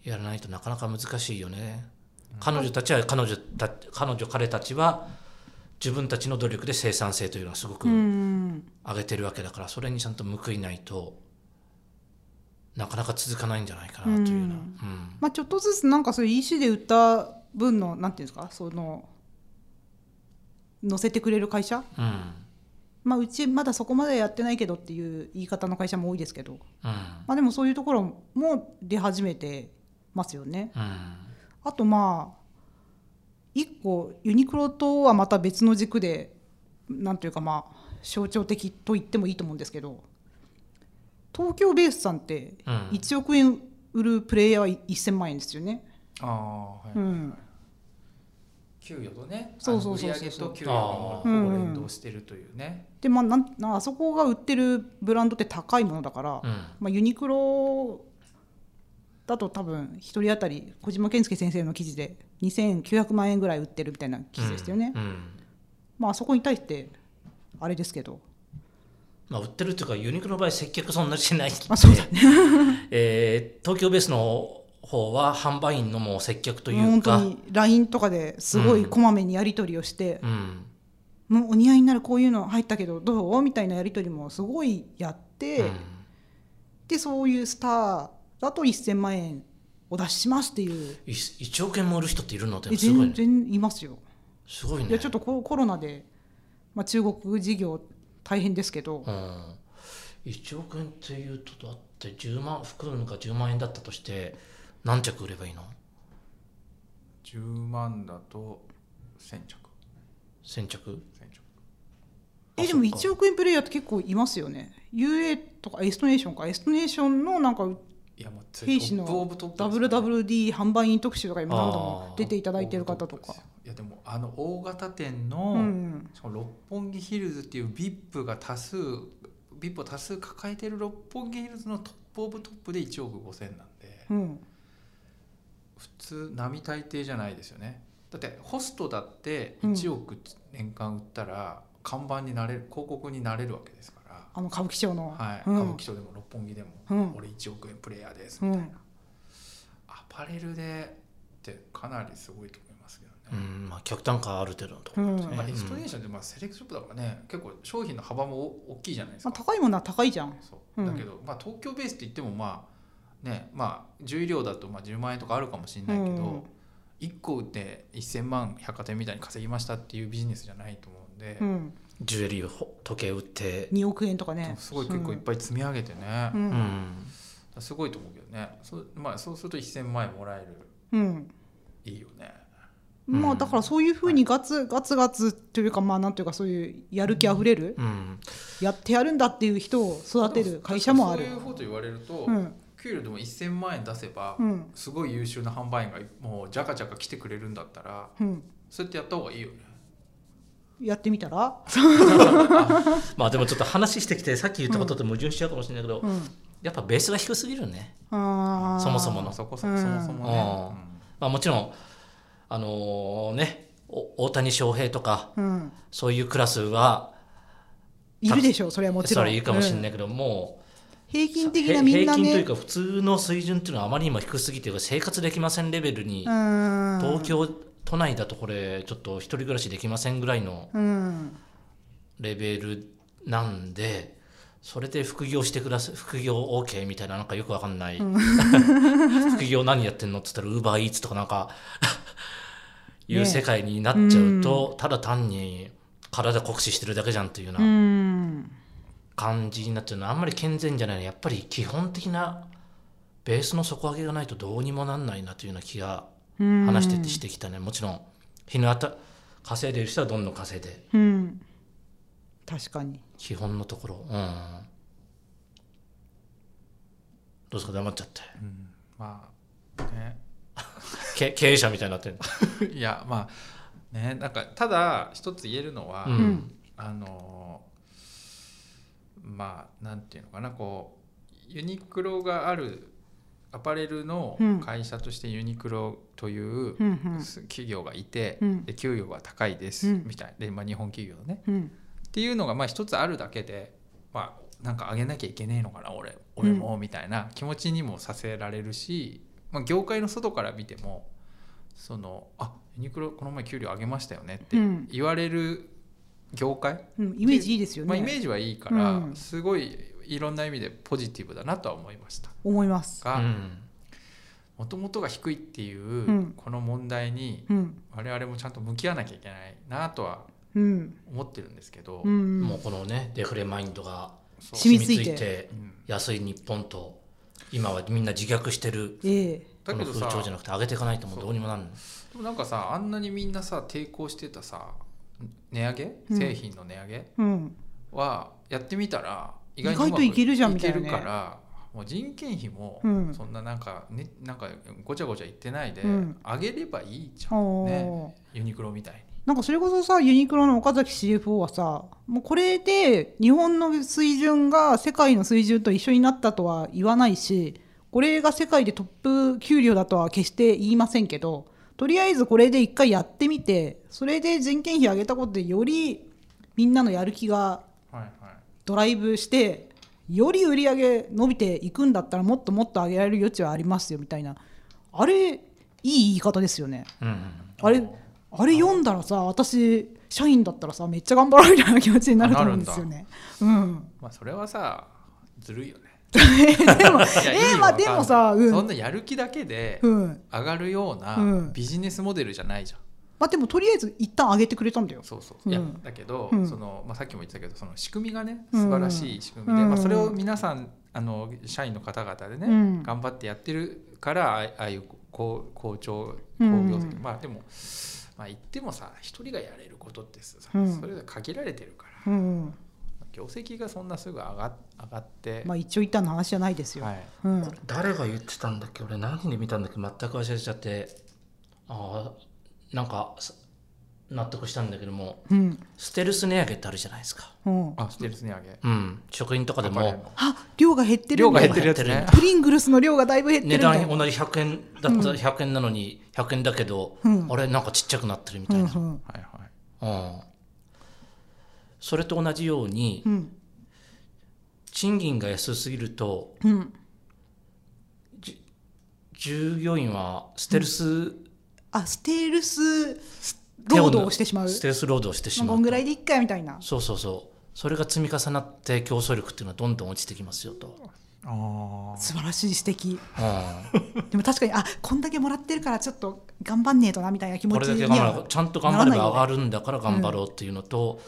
S3: やらないとなかなか難しいよね、彼女たちは彼女た彼女彼たちは自分たちの努力で生産性というのをすごく
S1: う
S3: 上
S1: ん、
S3: げてるわけだから、それにちゃんと報いないとなかなか続かないんじゃないかなというような、
S1: う
S3: うんん
S1: まあちょっとずつなんかそういう EC で売った分のなんていうんですかその載せてくれる会社
S3: うん
S1: まあうちまだそこまでやってないけどっていう言い方の会社も多いですけど
S3: うん
S1: まあでもそういうところも出始めてますよね
S3: うん
S1: あとまあ一個ユニクロとはまた別の軸でなんというかまあ象徴的と言ってもいいと思うんですけど東京ベースさんって
S3: うん
S1: 1億円売るプレイヤーは1000万円ですよね。
S2: ああ、はい
S1: うん
S2: 給与とね
S1: そうそうそう
S2: あの売
S1: そう
S2: 上
S1: そう
S2: と給与がもうほぼ連動してるというね、
S1: でまあなんなあそこが売ってるブランドって高いものだから、
S3: うん
S1: まあ、ユニクロだと多分一人当たり小島健介先生の記事で2900万円ぐらい売ってるみたいな記事でしたよね、
S3: うん
S1: まあそこに対してあれですけど
S3: まあ、売ってるというかユニクロの場合接客そんなにしない
S1: あそうだ
S3: ね えー東京ベースの方は販売員のもう接客という
S1: 本当
S3: か
S1: に LINE とかですごいこまめにやり取りをして
S3: う、ん
S1: もうお似合いになるこういうの入ったけどどうみたいなやり取りもすごいやって、
S3: うん
S1: でそういうスターだと1000万円お出ししますっていう。
S3: い1億円も売る人っているので
S1: え
S3: もすごい
S1: 全
S3: ね
S1: 然いますよ。
S3: すごいね
S1: いやちょっとココロナで、まあ、中国事業大変ですけど、
S3: うん、1億円っていうとだって10万袋のが10万円だったとして何着売ればいいの
S2: 10万だと1000着
S3: 1000
S2: 1000
S3: 着
S2: 着
S3: あ
S1: えでも
S3: そっか
S1: 1億円プレイヤーって結構いますよね UA とかエストネーションかエストネーションのなんか
S2: いやもうそれ
S1: 兵士の
S2: トップオブトップですね
S1: WWD 販売員特集とか今何度も出ていただいてる方と
S2: トップ
S1: か
S2: ですよいやでもあの大型店の、
S1: うん
S2: しかも六本木ヒルズっていう VIP が多数 VIP を多数抱えてる六本木ヒルズのトップオブトップで1億5000なんで
S1: うん
S2: 普通並大抵じゃないですよねだってホストだって
S1: うん
S2: 1億年間売ったら看板になれる広告になれるわけですから、
S1: あの歌舞伎町の、
S2: はい
S1: うん
S2: 歌舞伎町でも六本木でも、
S1: うん
S2: 俺1億円プレイヤーです
S1: う
S2: みたいな、
S1: ん
S2: アパレルでってかなりすごいと思いますけどね、
S3: うんまあ客単価ある程度のところですね、
S1: うん
S2: まあ、
S3: うん
S2: エストネーションってまあセレクトショップだからね結構商品の幅も大きいじゃないです
S1: ま
S2: か、
S1: あ、高いものは高いじゃん
S2: そうだけど、まあ、東京ベースって言ってもまあねまあ重量だとまあ10万円とかあるかもしれないけど、
S1: うん
S2: 1個売って1,000万百貨店みたいに稼ぎましたっていうビジネスじゃないと思うんで、
S1: うん、
S3: ジュエリーを時計売って、
S1: 2億円とかね
S2: すごい結構いっぱい積み上げてね、
S1: う
S2: だか
S1: ん
S3: う
S1: うん
S3: ん、
S2: らすごいと思うけどねそう,、まあ、そうすると1,000万円もらえる
S1: うん
S2: いいよね。
S3: うん
S1: まあだからそういうふうにガツ、ガツガツというかまあなんというかそういうやる気あふれる、
S3: うん、
S1: やってやるんだっていう人を育てる会社もある
S2: でもそういうこと言われると、
S1: うん
S2: 給料でも1,000万円出せば、
S1: うん
S2: すごい優秀な販売員がもうじゃかじゃか来てくれるんだったら
S1: うん
S2: そうやってやった方がいいよね。
S1: やってみたら、
S3: まあでもちょっと話してきてさっき言ったことと矛盾しちゃうかもしれないけど、
S1: うん、
S3: やっぱベースが低すぎるね、
S1: あー
S3: そもそもの
S2: そこそもそもそもね。う
S3: うん
S2: ん
S3: まあ、もちろんあのねお大谷翔平とか
S1: うん、
S3: そういうクラスはい
S1: るでしょうそれはもちろ
S3: そ
S1: ん、
S3: れいいかもしれないいけど、もう
S1: うん平均的なみんな
S3: 平均とい
S1: ね
S3: うか普通の水準っていうのはあまりにも低すぎて生活できませんレベルに、
S1: うん
S3: 東京都内だとこれちょっと一人暮らしできませんぐらいの
S1: うん
S3: レベルなんでそれで副業してくださ副業 OK みたいななんかよくわかんない、 副業何やってんのっつったら UberEats とかなんかい
S1: ね
S3: う世界になっちゃうと、ただ単に体酷使してるだけじゃんっていうよう
S1: う
S3: なん感じになっちゃうのはあんまり健全じゃないのやっぱり基本的なベースの底上げがないとどうにもなんないなというような気が
S1: うん
S3: 話しててしてきたね、もちろん日の当た稼いでる人はどんどん稼いで
S1: うん確かに
S3: 基本のところうんどうですか黙っちゃって
S2: まあね
S3: け 経営者みたいになってる、
S2: いやまあねなんかただ一つ言えるのは、
S3: うん
S2: あのまあなんていうのかなこうユニクロがあるアパレルの
S1: うん
S2: 会社としてユニクロという
S1: うんうん
S2: 企業がいて、
S1: うん
S2: で給与が高いです、
S1: うん
S2: みたいで、まあ、日本企業のね
S1: うん
S2: っていうのがまあ一つあるだけでまあなんか上げなきゃいけねえのかな俺俺もみたいな気持ちにもさせられるし、まあ、業界の外から見てもそのあユニクロこの前給料上げましたよねって
S1: うん
S2: 言われる業界、
S1: うん、イメージいいですよね、
S2: まあ、イメージはいいから、
S1: うん
S2: すごいいろんな意味でポジティブだなとは思いました
S1: 思います。
S3: う
S2: が
S3: ん
S2: もともとが低いってい
S1: ん
S2: うこの問題に
S1: うん、
S2: 我々もちゃんと向き合わなきゃいけないなとは
S1: うん、
S2: 思ってるんですけど、
S1: うん、
S3: もうこのねデフレマインドが
S2: そう
S1: 染みついて
S2: うん
S3: 安い日本と今はみんな自虐してる
S1: ええ
S2: だ
S3: こ
S2: け
S3: の
S2: ど
S3: 風
S2: さ
S3: 潮じゃなくて上げていかないともうどうにもなんない
S2: でもなんかさあんなにみんなさ抵抗してたさ値上げ
S1: うん
S2: 製品の値上げ
S1: うん、
S2: はやってみたら意
S1: 意外といけるじゃん
S2: み
S1: み
S2: た
S1: た
S2: い
S1: い
S2: な、
S1: なね
S2: ね、いけるからもう人件費も
S1: うん
S2: そんななんか,、ねなんかごちゃごちゃ言ってないで、
S1: うん
S2: 上げればいいじゃん、
S1: おー
S2: ね、ユニクロみたいに。
S1: なんかそれこそさユニクロの岡崎 CFO はさもうこれで日本の水準が世界の水準と一緒になったとは言わないしこれが世界でトップ給料だとは決して言いませんけどとりあえずこれで一回やってみてそれで人件費上げたことでよりみんなのやる気が
S2: はいはい
S1: ドライブしてより売り上げ伸びていくんだったらもっともっと上げられる余地はありますよみたいなあれいい言い方ですよね
S3: うんうん
S1: あれあれ読んだらさ私社員だったらさめっちゃ頑張ろう みたいな気持ちになると思うんですよね。うん、
S2: まあそれはさずるいよね。
S1: でも えーまあで
S2: いや意味わかんない
S1: もさ、うん
S2: そんなやる気だけで
S1: うん、
S2: 上がるような
S1: うん
S2: ビジネスモデルじゃないじゃん。
S1: まあでもとりあえず一旦上げてくれたんだよ。
S2: そうそう
S1: うん
S2: いやだけど、
S1: うん
S2: そのまあ、さっきも言ってたけどその仕組みがね
S1: うん
S2: 素晴らしい仕組みで、
S1: うん
S2: まあ、それを皆さんあの社員の方々でね、
S1: うん
S2: 頑張ってやってるからああああいう好好調好業
S1: うん
S2: 績、まあでも、まあ、言ってもさ一人がやれることってさ、
S1: うん
S2: それが限られてるから
S1: うん、
S2: 業績がそんなすぐ上が上がって、
S1: まあ一応一旦の話じゃないですよ。
S2: はい、
S1: うん、
S3: これ誰が言ってたんだっけ俺何で見たんだっけ全く忘れちゃってああなんかす納得したんだけども
S1: うん、
S3: ステルス値上げってあるじゃないですか
S1: うん。
S2: あステルス値上げ
S3: うん食品とかで
S2: アパレル
S3: も
S2: の
S1: あ量が減ってる
S2: 量
S1: ん
S2: が
S1: だ
S2: 減ってるやつね
S3: 減っ
S1: プリングルスの量がだいぶ減ってる
S3: 値
S1: んだよ。
S3: 段同じ100円だったら100円なのに100円だけど、
S1: うん
S3: あれなんかちっちゃくなってるみ
S1: う
S3: たい
S1: ん
S3: な、
S1: うん
S2: はいはい
S3: うんそれと同じように
S1: うん
S3: 賃金が安すぎると
S1: うん、
S3: 従業員はステルス
S1: あステルス
S3: 手
S1: 労働をしてしまう。
S3: ステルス労働をしてし
S1: まあ、
S3: ま
S1: こ
S3: うん
S1: ぐらいで一回みたいな。
S3: そうそうそうそれが積み重なって競争力っていうのはどんどん落ちてきますよと、
S2: あ
S1: 素晴らしい指摘。
S3: うん
S1: でも確かにあこんだけもらってるからちょっと頑張んねえとなみたいな気持
S3: こ
S1: ち
S3: れだ
S1: に
S3: け
S1: は
S3: 頑張らなちゃんと頑張れば上がるんだから頑張ろうっていうのと、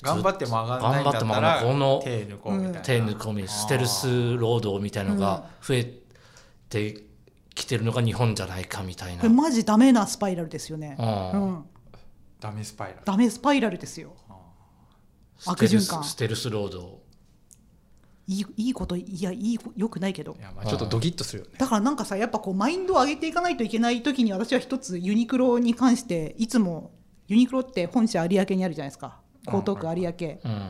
S2: 頑張っても上がらないんだった
S3: 頑張っ
S2: ら
S3: ても上がらないこの
S2: 手抜こうみたいな、
S3: 手抜き込みステルス労働みたいのが増えてきてるのが日本じゃないかみたいな、
S1: これマジダメなスパイラルですよね。
S3: う
S1: うんん、
S2: ダメスパイラル
S1: ダメスパイラルですよ。
S3: ステル
S1: 悪循環
S3: スステルス労働
S1: いいいいこといやいいこよくないけど
S2: い。やまあちょっとドキッとするよね
S1: だからなんかさやっぱこうマインドを上げていかないといけない時に私は一つユニクロに関していつもユニクロって本社有明にあるじゃないですか江東区有明、
S3: うん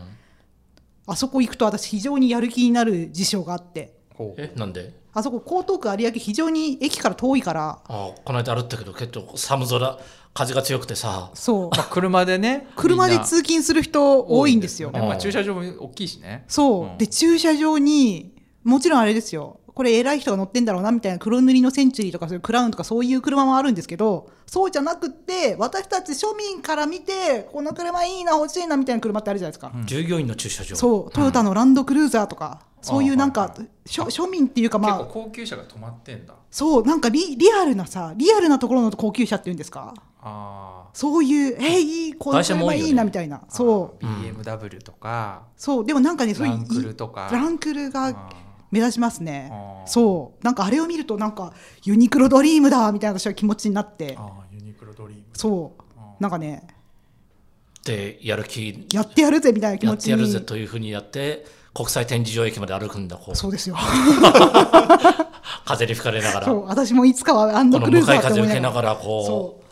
S1: あそこ行くと私非常にやる気になる事象があって
S2: こう
S3: えなんで
S1: あそこ江東区有明非常に駅から遠いから
S3: あこの間歩ったけど結構寒空風が強くてさ
S1: そう
S2: まあ、車でね
S1: 車で
S2: みんな
S1: 通勤する人多いんですよ
S2: ねまあ、
S3: うん
S2: 駐車場も大きいしね
S1: そう、
S2: うん
S1: で駐車場にもちろんあれですよこれ偉い人が乗ってんだろうなみたいな黒塗りのセンチュリーとかそういうクラウンとかそういう車もあるんですけどそうじゃなくって私たち庶民から見てこの車いいな欲しいなみたいな車ってあるじゃないですか、
S2: うん
S3: 従業員の駐車場
S1: そうトヨタのランドクルーザーとか、そういうなん
S2: はい
S1: か
S2: は
S1: しょ庶民っていうかま
S2: 結
S1: あ
S2: 構高級車が止まってんだ
S1: そうなんかリリアルなさリアルなところの高級車っていうんですか
S2: あ
S1: そういうえいいこの
S3: 会社も多
S1: 車
S3: いよね
S1: いいなみたいな
S2: あ
S1: そう
S2: あー BMW とか、
S1: そうでもなんかねそういう
S2: ランクルとか
S1: ランクルが
S2: あ
S1: 目指しますね
S2: あー
S1: そうなんかあれを見るとなんかユニクロドリームだみたいな私は気持ちになって
S2: ーあーユニクロドリーム
S1: そう
S2: あー
S1: なんかね
S3: でやる気
S1: やってやるぜみたいな気
S3: や
S1: 持
S3: って
S1: ち
S3: やるぜ
S1: に
S3: というふうにやって国際展示場駅まで歩くんだこう
S1: そうですよ。
S3: 風に吹かれなが ら
S1: そ
S3: こ
S1: う、私もいつかはランド
S3: の
S1: クル
S3: 向
S1: ーザー
S3: かい
S1: って
S3: 風
S1: 思い
S3: 受け
S1: な
S3: な
S1: がら。
S3: がらこう
S1: そ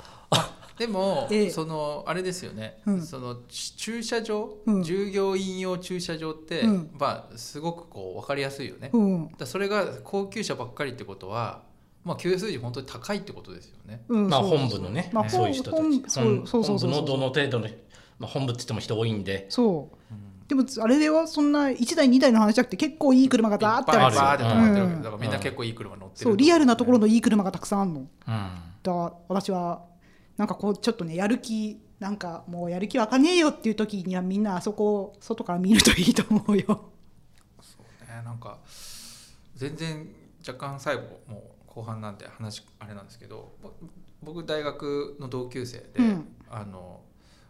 S2: でも、
S1: ええ
S2: そのあれですよね、
S1: うん
S2: そのち駐車場、
S1: うん
S2: 従業員用駐車場って、
S1: うん
S2: まあすごくこう分かりやすいよね、
S1: う。うん。
S2: だそれが高級車ばっかりってことは、まあ、給数時本当に高いってことですよね。
S1: うん、
S3: まあ、
S1: そう
S3: 本部のね、
S1: まあ
S3: そういう人た
S1: 本
S3: ち本
S1: そうそうそうそ
S3: 本部
S1: う
S3: のどの程度の、まあ、本部って言っても人多いんで
S1: そう。
S2: うん
S1: でも、あれではそんな1台、2台の話じゃなくて、結構いい車が
S2: バ
S1: だー
S2: ー
S1: っ
S2: ってて
S1: あ
S3: ぱ
S1: る
S3: い
S1: ん
S2: バ
S1: で
S3: る
S1: すよ
S2: ーって止まっ
S3: よ
S2: てるわけ
S3: うん
S2: だからみんな結構いい車乗って
S1: そ
S2: る、
S1: う、リアルなところの
S2: い
S1: いい車がたくさんあるの。
S3: うん
S1: だ私は、なんかこう、ちょっとね、やる気、なんかもうやる気わかねえよっていう時には、みんなあそこを外から見るといいと思う よ。
S2: ねなんか全然若干最後もう後半なんて話あれなんですけどぼ僕大学の同級生で、
S1: うん
S2: あの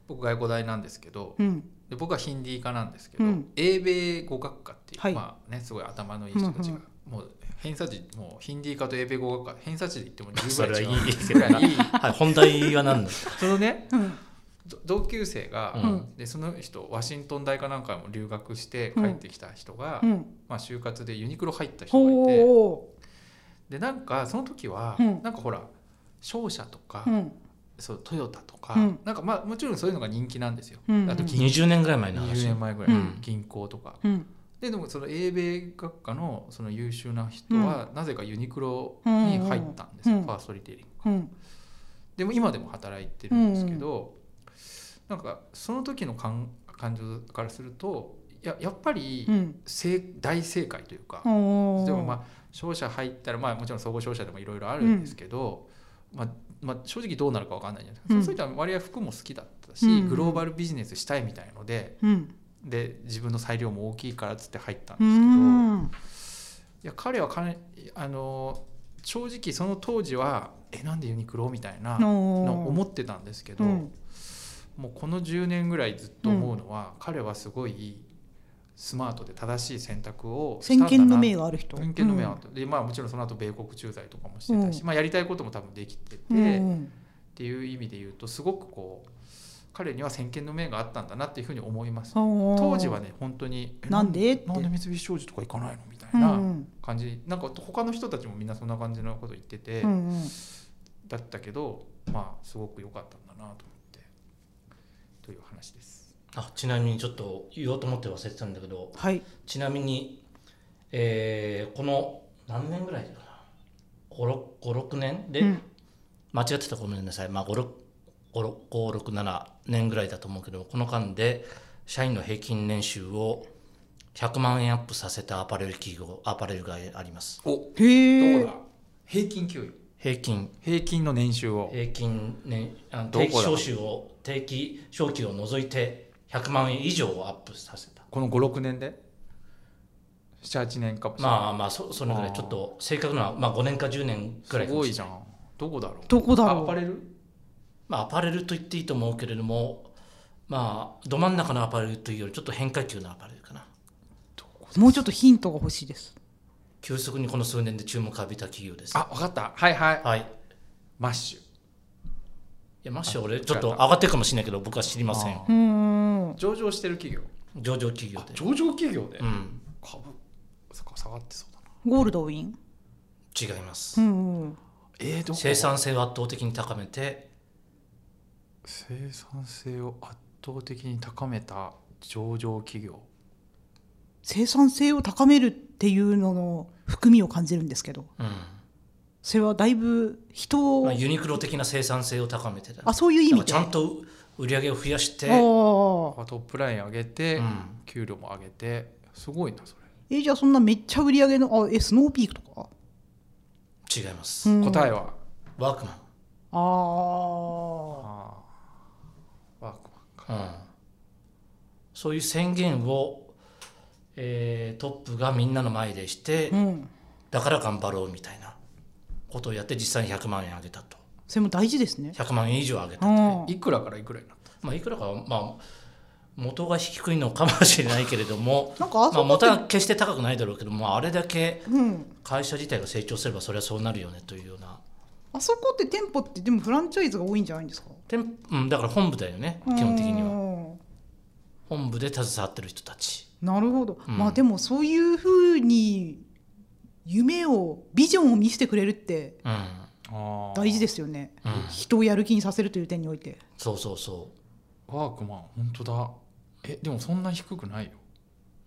S2: 僕外語大なんですけど、
S1: うん。
S2: で僕はヒンディー科なんですけど、
S1: うん
S2: 英米語学科っていう、
S1: はい
S2: まあね、すごい頭のいい人たちが、
S1: うん
S2: もう偏差値もうヒンディー科と英米語学科偏差値で言っても
S3: そ
S2: 10ぐら
S3: れはい
S2: 違う
S3: いいです
S2: ぐ
S3: け
S2: ら
S3: ど
S2: いいい
S3: はい、本題は何ですか
S2: そのね
S1: うん。
S2: ど同級生が、
S3: うん
S2: でその人ワシントン大かなんかも留学して帰ってきた人が、
S1: うん。
S2: まあ、就活でユニクロ入った人がいて
S1: ほ
S2: でなんかその時は、
S1: うん
S2: なんかほら商社とか、
S1: う。うん。
S2: そうトヨタとか、
S1: うん
S2: なんかまあもちろんそういうのが人気なんですよ、
S1: うん
S2: あと銀
S3: 20年ぐらい前の
S2: 20
S3: 話
S2: 年前ぐらい、
S3: うん
S2: 銀行とか
S1: うん。
S2: ででもその英米学科のその優秀な人はなぜかユニクロに入ったんですよ、
S1: うん
S2: ファーストリテイリング
S1: うん。
S2: でも今でも働いてるんですけど、なんかその時の感感情からするとややっぱり
S1: うん。
S2: 正大正解というか、
S1: おー
S2: でもまあ商社入ったらまあもちろん総合商社でもいろいろあるんですけど、まあまあ、正直どうなるかわかんないじゃないですか、
S1: うん
S2: そういう人は割合服も好きだったし、
S1: うん
S2: グローバルビジネスしたいみたいので
S1: うん。
S2: で自分の裁量も大きいからっつって入ったん
S1: う
S2: ですけ
S1: ん。
S2: ど。いや彼はかねあの正直その当時はえなんでユニクロみたいなのを思ってたんですけど、
S1: うん
S2: もうこの10年ぐらいずっと思うのは、彼はすごいスマートで正しい選択をしたん
S1: 先
S2: だな
S1: 見の明がある人。
S2: 先見の明があったでまあ、もちろんその後米国駐在とかもしてたし、
S1: う
S2: まあ、やりたいことも多分できてて、
S1: うん
S2: っ
S1: うん
S2: ていう意味で言うとすごくこう彼には先見の明があったんだなっていうふうに思います、当
S1: 当
S2: 時はね本当にえ
S1: なんで
S2: なんで
S1: っ
S2: 三菱商事とか行かないのみた
S1: う
S2: い
S1: ん
S2: な。
S1: うん
S2: 感じなんか他の人たちもみんなそんな感じのこと言ってて、
S1: うんうん
S2: だったけどまあすごく良かったんだなと思ってという話です。
S3: あちなみにちょっと言おうと思って忘れてたんだけど
S1: はい。
S3: ちなみに、えーこの何年ぐらいかな56年で、
S1: うん
S3: 間違ってたらごめんなさい、まあ、567年ぐらいだと思うけどこの間で社員の平均年収を100万円アップさせたアパレル企業アパレルがあります
S2: おど
S1: へえ。
S2: 平均給与
S3: 平均
S2: 平均の年収を
S3: 平均年あの
S2: どこだ
S3: 定期昇給を定期昇給を除いて100万円以上をアップさせた
S2: この56年で78年かもしれない、
S3: まあまあそそれぐらいちょっと正確な、まあ、5年か10年ぐらい
S2: す
S3: かも
S2: ご
S3: し
S2: い
S3: れ
S2: じ
S3: な
S2: ゃんどこだろう
S1: どこだ
S2: ア
S1: ろ
S2: パ
S1: う。
S2: レル
S3: まあ、アパレルと言っていいと思うけれどもまあど真ん中のアパレルというよりちょっと変化球のアパレルかな
S1: もうちょっとヒントが欲しいです。
S3: 急速にこの数年で注目を浴びた企業です
S2: あわかったはいはい
S3: はいい
S2: マッシュ
S3: やまして俺ちょっと上がってるかもしれないけど僕は知りません
S2: あ
S1: うーん。
S2: 上場してる企業
S3: 上場企業で
S2: 上場企業で、
S3: うん
S2: 株そっか下がってそうだな
S1: ゴールドウィン。
S3: 違いま
S1: う
S3: す
S1: んうん。
S2: えー、どこ
S3: 生産性を圧倒的に高めて
S2: 生産性を圧倒的に高めた上場企業
S1: 生産性を高めるっていうのの含みを感じるんですけど、
S3: うん
S1: それはだいぶ人
S3: まあ、
S1: を、
S3: ユニクロ的な生産性を高めてだ
S1: あ、そういう意
S3: なん
S1: 味
S3: か
S1: で。
S3: ちゃんと売り上げを増やして
S1: ああ。
S2: トップライン上げて、
S3: うん
S2: 給料も上げてすごいなそれ、
S1: え、じゃあそんなめっちゃ売り上げの、あ、え、スノーピークとか
S3: 違います、
S1: うん
S2: 答えは
S3: ワークマン
S1: ああ。
S2: あーワークマンか
S3: うん、そういう宣言を、えートップがみんなの前でして、
S1: うん。
S3: だから頑張ろうみたいなことをやって実際に100万円上げたと
S1: それも大事ですね。
S3: 100万円以上上げた
S1: う
S3: と、
S1: ん。
S2: いくらからいくらになった
S3: まあ、いくらかは、まあ、元が低いのかもしれないけれども
S1: なんかあ
S3: まあ、
S1: そこって、
S3: 元は決して高くないだろうけど、まあ、あれだけ
S1: うん、
S3: 会社自体が成長すればそれはそうなるよねというような
S1: あそこって店舗ってでもフランチャイズが多いんじゃないんですか
S3: でうん、だから本部だよね基本的には
S1: は
S3: 本部で携わってる人たち
S1: なるほど、
S3: うん
S1: まあでもそういうふうに夢をビジョンを見せてくれるって
S3: うん、
S1: 大事ですすよね
S3: うん、
S1: 人をやる気にさせるという点において
S3: そうそうそ
S2: ワークマン本当だえでもそんな低くないよ、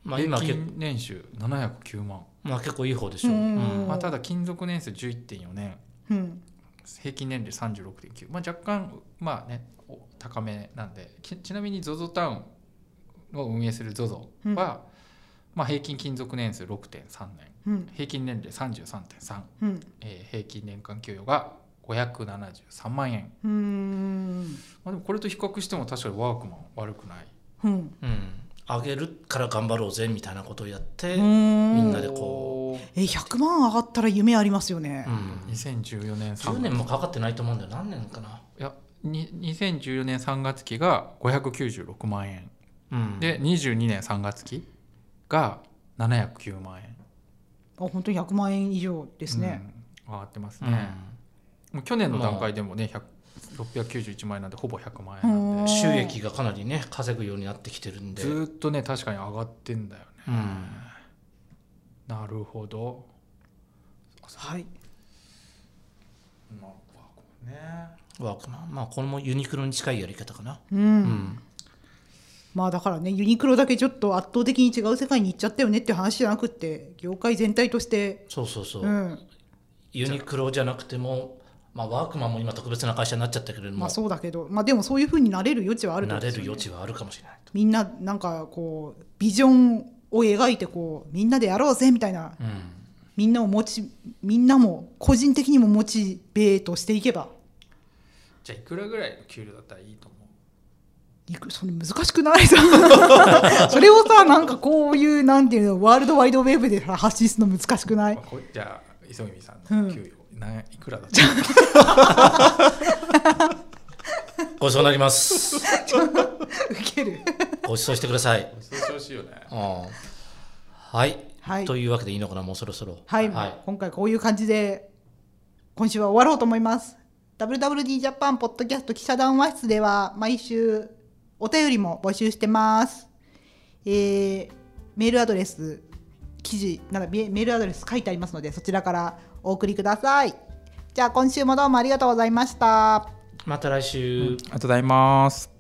S3: うまあ今は
S2: 平
S3: け、
S2: 均年収709万、
S3: まあ、結構いい方でしょう、
S1: うん
S3: うん
S2: まあ、ただ勤続年数11.4年
S1: うん
S2: 平均年齢36.9、まあ、若干まあねお高めなんできちなみに ZOZO タウンを運営する ZOZO は、
S1: うん
S2: まあ、平均勤続年数6.3年
S1: うん
S2: 平均年齢33.3、
S1: うん
S2: えー平均年間給与が573万円、
S1: うーん
S2: まあ、でもこれと比較しても確かにワークマン悪くない
S1: うん
S3: うん、上げるから頑張ろうぜみたいなことをやって、
S1: うー
S3: みん
S1: ん
S3: なでこ
S1: え100万上がったら夢ありますよね
S3: う、うん、
S2: 2014年
S3: 10
S2: 3
S3: 年
S2: 月
S3: もかかってないと思うんだよ何年かな、
S2: いやに2014年3月期が596万円
S3: うん、
S2: で22年3月期が709万円
S1: あ本当に100万円以上で
S2: です
S1: ね、、
S2: うん上がってます
S3: うん
S2: ね、もう去年の段階でもね100 691万円なんでほぼ100万円なんで
S1: うん
S3: 収益がかなりね稼ぐようになってきてるんで、
S2: ずーっとね確かに上がってんだよね
S3: うん、
S2: なるほど
S1: はい
S2: まあこれね
S3: ワークマンまあこれもユニクロに近いやり方かな、
S1: うん
S3: うん
S1: まあだからねユニクロだけちょっと圧倒的に違う世界に行っちゃったよねっていう話じゃなくって業界全体として
S3: そうそうそう、
S1: うん
S3: ユニクロじゃなくても、まあ、ワークマンも今特別な会社になっちゃったけれども、
S1: まあそうだけどまあでもそういうふうになれる余地はあるって
S3: な
S1: こと
S3: れ
S1: です
S3: る
S1: よね
S3: 余地はあるかもしれない
S1: みんななんかこうビジョンを描いてこうみんなでやろうぜみたいな
S3: と、うん、
S1: みんなを持ちみんなも個人的にもモチベートしていけば
S2: じゃあいくらぐらいの給料だったらいいと思う
S1: いくそれ難しく ないさそれをさなんかこういうなんていうのワールドワイドウェブで発信するの難しくな
S2: ま
S1: い
S2: あこじゃあ磯君さん
S1: う
S2: の
S1: ん
S2: 給与、なんいくらだったら
S3: ごちそうになります
S1: 受ける
S3: ごちそうしてください、
S2: そうしてほしいよね
S3: うん、はい、
S1: はい
S3: というわけでいいのかなもうそろそろ
S1: はい、今回こういう感じで今週は終わろうと思います WWD ジャパンポッドキャスト記者談話室では毎週お便りも募集してます、えーメールアドレス記事ならメメールアドレス書いてありますのでそちらからお送りくださいじゃあ今週もどうもありがとうございました
S3: また来週、
S2: ありがとうございます